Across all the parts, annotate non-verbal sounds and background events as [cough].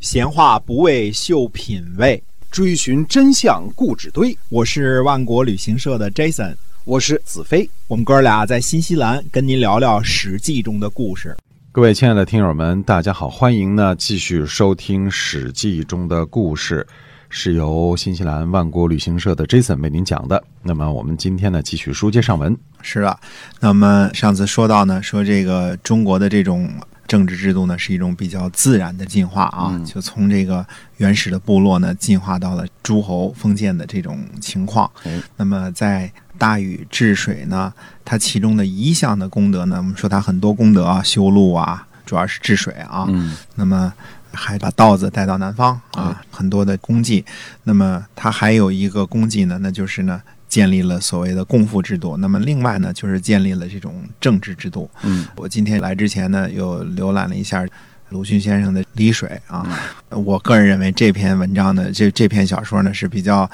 闲话不为秀品味，追寻真相故纸堆。我是万国旅行社的 Jason，我是子飞。我们哥俩在新西兰跟您聊聊《史记》中的故事。各位亲爱的听友们，大家好，欢迎呢继续收听《史记》中的故事，是由新西兰万国旅行社的 Jason 为您讲的。那么我们今天呢，继续书接上文。是的，那么上次说到呢，说这个中国的这种政治制度呢，是一种比较自然的进化啊，嗯就从这个原始的部落呢，进化到了诸侯封建的这种情况。哎那么在大禹治水呢，它其中的一项的功德呢，我们说它很多功德啊，修路啊，主要是治水啊，嗯那么还把稻子带到南方啊，很多的功绩。那么它还有一个功绩呢，那就是呢。建立了所谓的共富制度，那么另外呢，就是建立了这种政治制度。嗯，我今天来之前呢，又浏览了一下鲁迅先生的《丽水》啊，我个人认为这篇文章呢，这这篇小说呢是比较。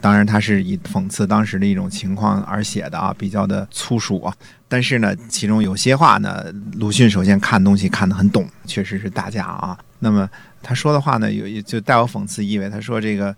当然，它是以讽刺当时的一种情况而写的啊，比较的粗疏啊。但是呢，其中有些话呢，鲁迅首先看东西看得很懂，确实是大家啊。那么他说的话呢，有就带有讽刺意味。他说这个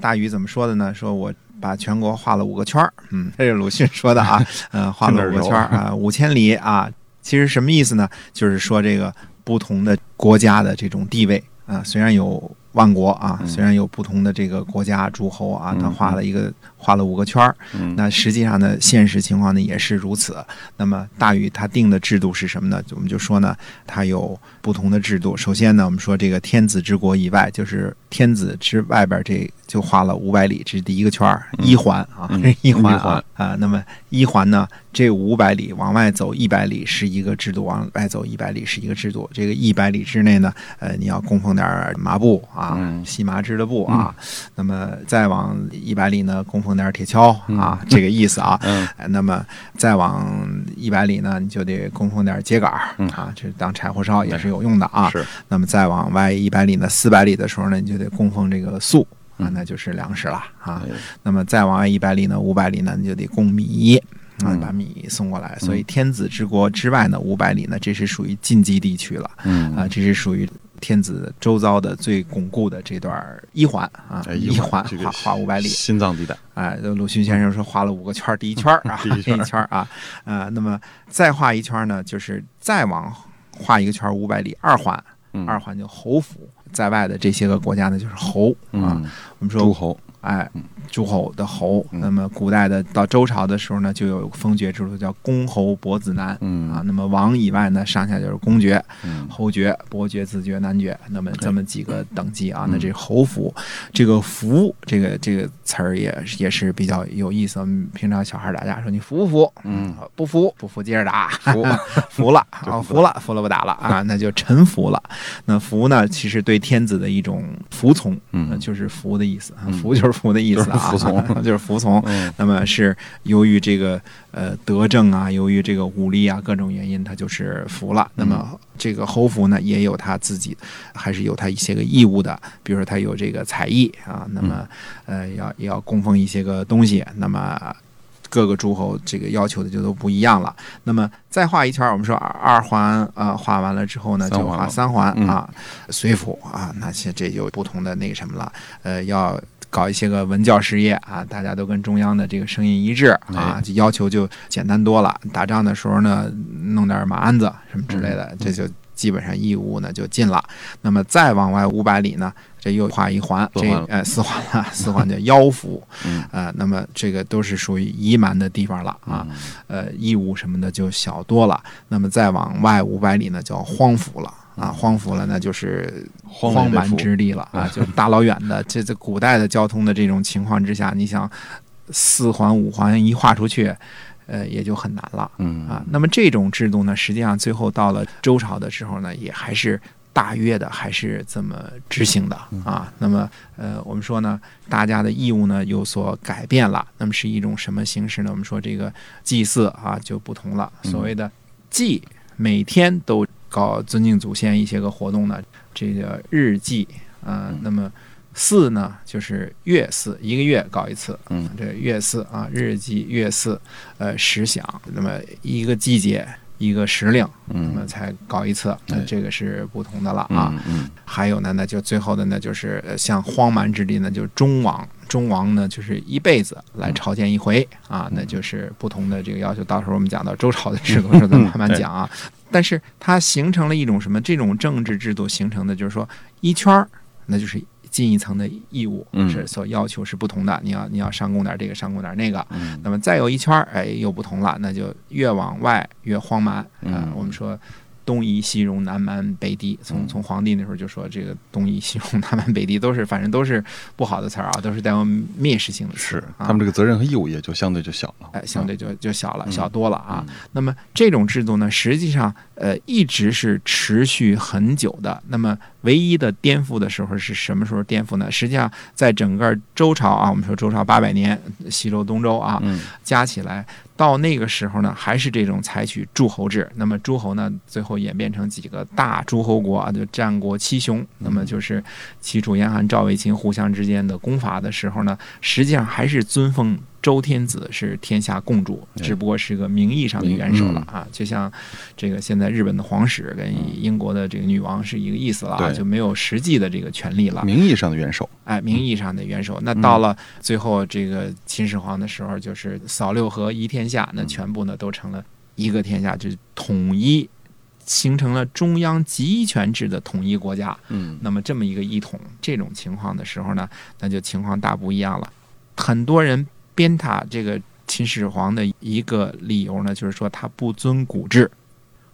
大禹怎么说的呢？说我把全国画了五个圈儿，嗯，这是鲁迅说的啊，呃，画了五个圈儿啊，五千里啊。其实什么意思呢？就是说这个不同的国家的这种地位啊，虽然有万国啊，虽然有不同的这个国家诸侯啊，他画了一个画了五个圈儿，嗯那实际上呢，现实情况呢也是如此。那么大禹他定的制度是什么呢？我们就说呢，它有不同的制度。首先呢，我们说这个天子之国以外，就是天子之外边这就画了五百里，这是第一个圈儿，一环啊，嗯这是 [laughs] 一环一环啊啊。那么一环呢，这五百里往外走一百里是一个制度，往外走一百里是一个制度。这个一百里之内呢，呃，你要供奉点儿麻布啊嗯，细麻织的布啊。那么再往一百里呢，供奉点儿铁锹啊，这个意思啊。嗯哎那么再往一百里呢，你就得供奉点秸秆儿、嗯啊，这当柴火烧也是有用的啊。是那么再往外一百里呢，四百里的时候呢，你就得供奉这个粟啊，那就是粮食了啊。嗯哎那么再往外一百里呢，五百里呢，你就得供米。啊，嗯把米送过来，所以天子之国之外呢，五百里呢，这是属于禁忌地区了嗯啊，这是属于天子周遭的最巩固的这段儿一环啊，哎一环这个画画五百里，心脏地带。哎，鲁迅先生说画了五个圈儿， [laughs] 第一圈儿啊， [laughs] 第一圈儿儿啊，呃，那么再画一圈儿呢，就是再往画一个圈儿五百里，二环，嗯二环就侯府在外的这些个国家呢，就是侯啊。嗯，我们诸说，侯。哎嗯，诸侯的侯。嗯那么古代的到周朝的时候呢，就有封爵制度，叫公侯伯子男。嗯啊，那么王以外呢，上下就是公爵、嗯侯爵、伯爵、子爵、男爵，那么这么几个等级啊。嗯那这侯服，这个服这个这个词儿也也是比较有意思。我们平常小孩打架说你服不服？嗯，啊不服不服接着打，服 [laughs] 服了就啊，服服了，服了不打了啊，那就臣服了。那服呢，其实对天子的一种服从，嗯呃就是服的意思啊，嗯服就是服的意思啊，就是服 [laughs] 就是服从。嗯那么是由于这个呃德政啊，由于这个武力啊各种原因，他就是服了。那嗯么这个侯服呢，也有他自己，还是有他一些个义务的，比如说他有这个才艺啊，那么嗯呃要也要供奉一些个东西，那么。各个诸侯这个要求的就都不一样了。那么再画一圈儿，我们说二二环啊、呃画完了之后呢，三就环画了三环嗯啊，随府啊，那些这有不同的那个什么了，呃，要搞一些个文教事业啊，大家都跟中央的这个声音一致啊，就要求就简单多了。打仗的时候呢，弄点马鞍子什么之类的，这就基本上义务呢就尽了。那么再往外五百里呢，这又画一环，四这环了呃四环了，四环叫腰服 [laughs] 嗯啊，那么这个都是属于夷蛮的地方了啊。嗯呃义务什么的就小多了。那么再往外五百里呢，叫荒服了。啊，荒服了，那就是嗯荒荒为蛮服之地了 [laughs] 啊！就大老远的，这这古代的交通的这种情况之下，你想四环五环一划出去，呃，也就很难了嗯啊。那么这种制度呢，实际上最后到了周朝的时候呢，也还是大约的还是这么执行的啊。那么呃，我们说呢，大家的义务呢有所改变了。那么是一种什么形式呢？我们说这个祭祀啊就不同了。嗯所谓的祭，每天都搞尊敬祖先一些个活动呢，这个日祭啊、嗯那么祀呢，就是月祀，一个月搞一次。嗯这个月祀啊，日祭、月祀，呃，十响。那么一个季节一个时令，那么嗯才搞一次，那哎这个是不同的了啊。嗯嗯还有呢，那就最后的呢，就是呃像荒蛮之地呢，就是中王，中王呢就是一辈子来朝见一回嗯啊，那就是不同的这个要求。到时候我们讲到周 [laughs] 朝的制度的时候，咱们慢慢讲啊。但是它形成了一种什么？这种政治制度形成的就是说一圈儿，那就是进一层的义务，嗯是所要求是不同的。你要你要上供点这个，上供点那个，嗯那么再有一圈儿，哎，又不同了，那就越往外越荒蛮。啊嗯我们说东夷、西戎、南蛮、北狄，从嗯从皇帝那时候就说这个东夷、西戎、南蛮、北狄都是，反正都是不好的词儿啊，都是带有蔑视性的词是儿啊。他们这个责任和义务也就相对就小了，哎，相对就就小了，嗯小多了啊。那么这种制度呢，实际上呃一直是持续很久的。那么唯一的颠覆的时候是什么时候颠覆呢？实际上，在整个周朝啊，我们说周朝八百年，西周、东周啊，嗯加起来，到那个时候呢，还是这种采取诸侯制。那么诸侯呢，最后演变成几个大诸侯国啊，就战国七雄。那么就是齐楚燕韩赵魏秦互相之间的攻伐的时候呢，实际上还是尊奉周天子是天下共主，哎只不过是个名义上的元首了啊。就像这个现在日本的皇室跟英国的这个女王是一个意思了啊，对就没有实际的这个权利了。名义上的元首，哎，名义上的元首。那到了最后这个秦始皇的时候，就是扫六合一天下，那全部呢都成了一个天下，就是统一，形成了中央集权制的统一国家。嗯那么这么一个一统这种情况的时候呢，那就情况大不一样了。很多人鞭挞这个秦始皇的一个理由呢，就是说他不遵古制。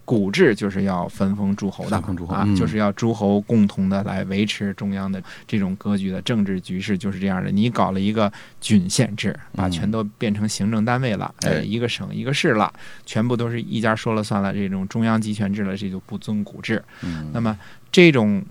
古制就是要分封诸侯的，分封诸侯啊，嗯就是要诸侯共同的来维持中央的这种格局的政治局势就是这样的。你搞了一个郡县制，把嗯全都变成行政单位了，哎哎，一个省一个市了，全部都是一家说了算了，这种中央集权制了，这就不遵古制。嗯那么这种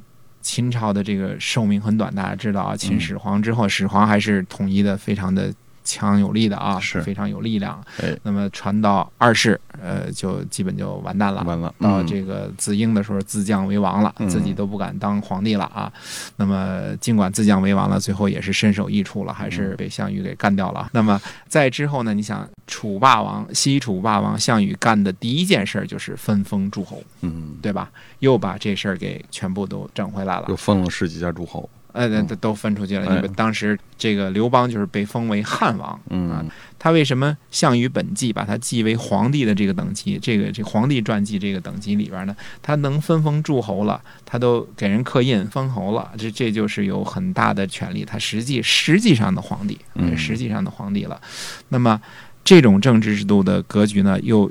秦朝的这个寿命很短，大家知道嗯啊，秦始皇之后，始皇还是统一的非常的强有力的啊，是非常有力量。哎那么传到二世，呃，就基本就完蛋了。完了到嗯这个自英的时候，自降为王了，嗯自己都不敢当皇帝了啊。那么尽管自降为王了，最后也是身首异处了，还嗯是被项羽给干掉了。那么在之后呢，你想楚霸王西楚霸王项羽干的第一件事儿就是分封诸侯，嗯对吧？又把这事儿给全部都整回来了又，封了十几家诸侯，呃，都都分出去了。哎你们当时这个刘邦就是被封为汉王，啊嗯，他为什么项羽本纪把他记为皇帝的这个等级，这个这个皇帝传记这个等级里边呢，他能分封诸侯了，他都给人刻印封侯了，这这就是有很大的权力，他实际实际上的皇帝，嗯实际上的皇帝了。那么这种政治制度的格局呢，又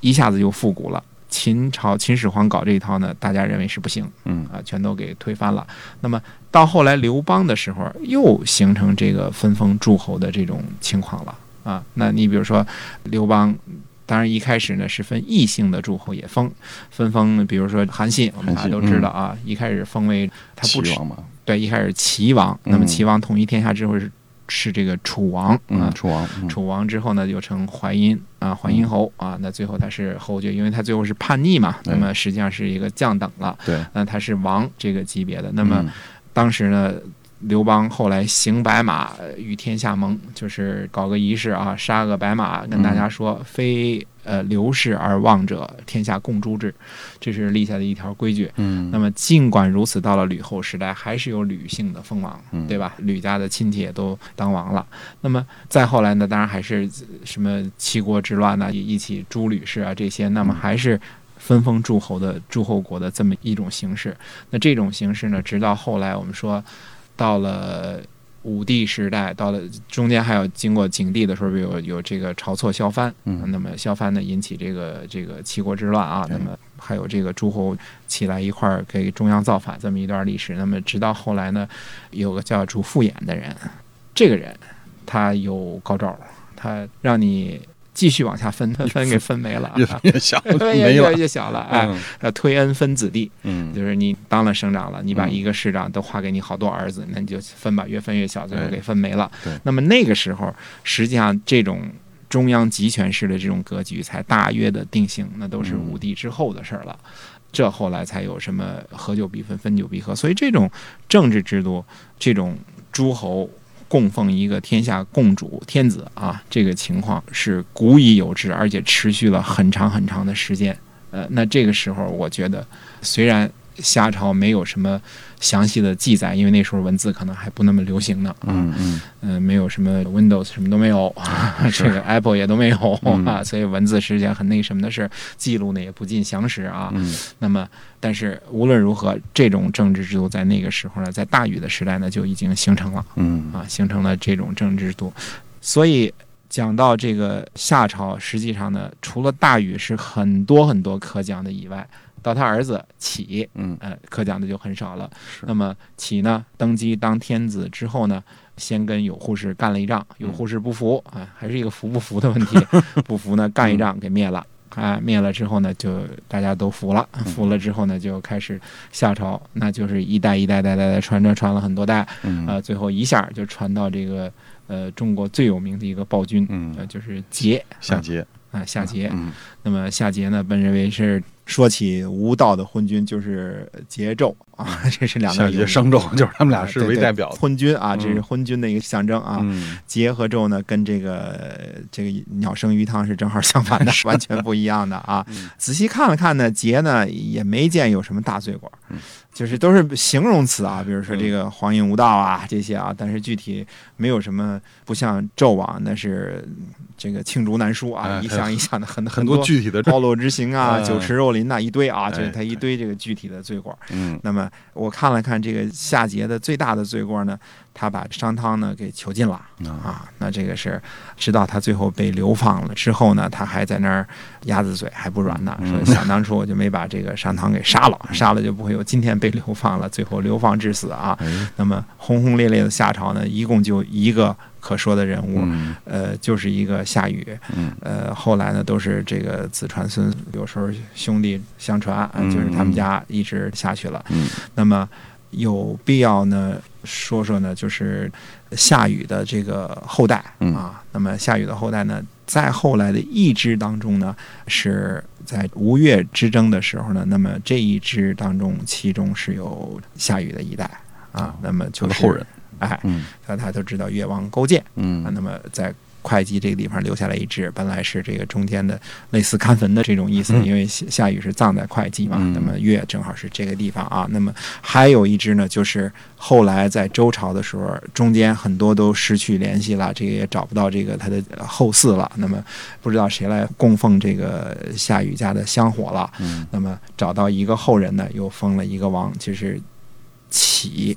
一下子又复古了。秦朝秦始皇搞这一套呢，大家认为是不行，嗯啊，全都给推翻了。那么到后来刘邦的时候，又形成这个分封诸侯的这种情况了啊。那你比如说刘邦。当然，一开始呢是分异姓的诸侯也封，分封，比如说韩信，我们大韩家信嗯都知道啊，一开始封为他不齐止王嘛，对，一开始齐王，那么嗯齐王统一天下之后是是这个楚王啊嗯，，楚王，嗯楚王之后呢，又称淮阴啊，淮阴侯啊。那最后他是侯爵，因为他最后是叛逆嘛，对那么实际上是一个降等了。对，那他是王这个级别的。那么嗯当时呢，刘邦后来行白马呃与天下盟，就是搞个仪式啊，杀个白马，跟嗯大家说，非呃刘氏而望者，天下共诛之，这是立下的一条规矩。嗯，那么尽管如此，到了吕后时代，还是有吕姓的封王嗯，对吧？吕家的亲戚也都当王了。那么再后来呢，当然还是呃什么七国之乱呐、一起诛吕氏啊这些，那嗯么还是。分封诸侯的诸侯国的这么一种形式，那这种形式呢，直到后来我们说，到了武帝时代，到了中间还有经过景帝的时候，有有这个晁错、萧藩，嗯那么萧藩呢引起这个这个七国之乱啊，对那么还有这个诸侯起来一块儿给中央造反这么一段历史。那么直到后来呢，有个叫主父偃的人，这个人他有高招，他让你继续往下分，分分给分没了啊， [laughs] 越分越小， [laughs] 分也没越了来，越小了，哎，嗯呃推恩分子弟，嗯，就是你当了省长了，你把嗯一个市长都划给你好多儿子，那你就分吧，越分越小，最后对给分没了哎对。那么那个时候，实际上这种中央集权式的这种格局才大约的定型，那都是嗯武帝之后的事儿了。这后来才有什么合久必分，分久必合，所以这种政治制度，这种诸侯供奉一个天下共主天子啊，这个情况是古已有之，而且持续了很长很长的时间。呃，那这个时候我觉得，虽然夏朝没有什么详细的记载，因为那时候文字可能还不那么流行呢，嗯嗯嗯、没有什么 Windows 什么都没有， [laughs] 这个 Apple 也都没有、啊，所以文字是一件很那什么的事，记录呢也不尽详实啊。嗯那么，但是无论如何，这种政治制度在那个时候呢，在大禹的时代呢就已经形成了嗯啊，形成了这种政治制度。所以讲到这个夏朝，实际上呢，除了大禹是很多很多可讲的以外，到他儿子启，嗯呃，可讲的就很少了。是那么启呢，登基当天子之后呢，先跟有扈氏干了一仗，有嗯扈氏不服啊，还是一个服不服的问 [laughs] 题，不服呢，嗯干一仗给灭了。啊，灭了之后呢，就大家都服了，嗯服了之后呢，就开始夏朝，那就是一代一代代代代传传传了很多代，嗯呃，最后一下就传到这个呃中国最有名的一个暴君，呃，嗯，就是桀夏桀，啊，夏桀。嗯那么夏桀呢，本认为是说起无道的昏君，就是桀纣啊， [laughs] 这是两夏个桀商纣就是他们俩是为代表的，昏君啊，嗯这是昏君的一个象征啊。嗯桀和纣呢，跟这个这个鸟生鱼汤是正好相反 [laughs] 的，完全不一样的啊。嗯仔细看了看呢，桀呢也没见有什么大罪过嗯，就是都是形容词啊，比如说嗯这个荒淫无道啊这些啊，但是具体没有什么不像纣王那是这个罄竹难书啊，哎一项一项的很很多多具体的，包罗之刑啊， [laughs] 哎酒池肉林呐、一堆啊，哎就是他一堆这个具体的罪过。嗯那么我看了看这个夏桀的最大的罪过呢，他把商汤呢给囚禁了啊。那这个是直到他最后被流放了之后呢，他还在那儿鸭子嘴还不软嗯呢，说想当初我就没把这个商汤给杀了，杀了就不会有今天被流放了，最后流放致死啊。哎那么轰轰烈烈的夏朝呢，一共就一个可说的人物，嗯呃，就是一个夏禹。嗯呃，后来呢，都是这个子传孙，有时候兄弟相传，啊嗯就是他们家一直下去了。嗯那么有必要呢，说说呢，就是夏禹的这个后代嗯啊。那么夏禹的后代呢，在后来的一支当中呢，是在吴越之争的时候呢，那么这一支当中，其中是有夏禹的一代啊。那么哦他就的是后人，，哎，嗯大家都知道越王勾践。啊，嗯那么在会稽这个地方留下来一支，本来是这个中间的类似看坟的这种意思，嗯因为夏夏禹是葬在会稽嘛，嗯那么越正好是这个地方啊。那么还有一支呢，就是后来在周朝的时候，中间很多都失去联系了，这个也找不到这个他的呃后嗣了，那么不知道谁来供奉这个夏禹家的香火了。嗯那么找到一个后人呢，又封了一个王，就是启。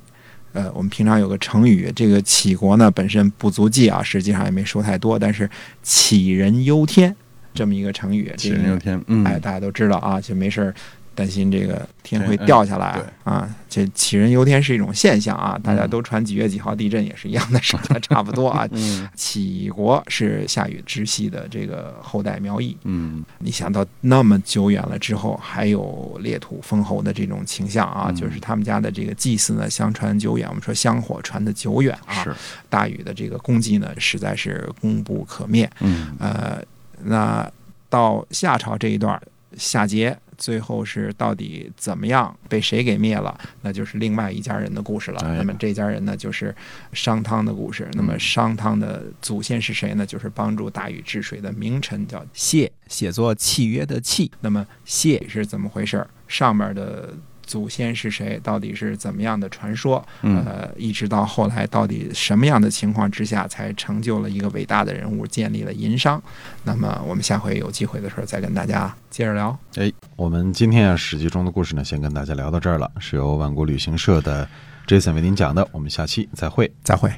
呃，我们平常有个成语，这个启国呢本身不足记啊，实际上也没说太多，但是杞人忧天这么一个成语，杞人忧天，嗯这个，哎，大家都知道啊，就没事儿担心这个天会对嗯掉下来、对嗯啊。这杞人忧天是一种现象啊，大家都传几月几号地震也是一样的事儿，差不多啊。嗯杞国是夏禹直系的这个后代苗裔，嗯你想到那么久远了之后，还有裂土封侯的这种倾向啊，嗯就是他们家的这个祭祀呢，相传久远。我们说香火传的久远啊，是，大禹的这个功绩呢，实在是功不可灭。嗯呃，那到夏朝这一段，夏桀最后是到底怎么样被谁给灭了，那就是另外一家人的故事了。哎呀嗯那么这家人呢，就是商汤的故事。那么商汤的祖先是谁呢？就是帮助大禹治水的名臣，叫谢，写作契约的契。那么谢是怎么回事儿？上面的。祖先是谁？到底是怎么样的传说？嗯呃，一直到后来，到底什么样的情况之下，才成就了一个伟大的人物，建立了殷商？那么我们下回有机会的时候再跟大家接着聊。我们今天啊，史记中的故事呢，先跟大家聊到这儿了，是由万国旅行社的 Jason 为您讲的，我们下期再会。再会。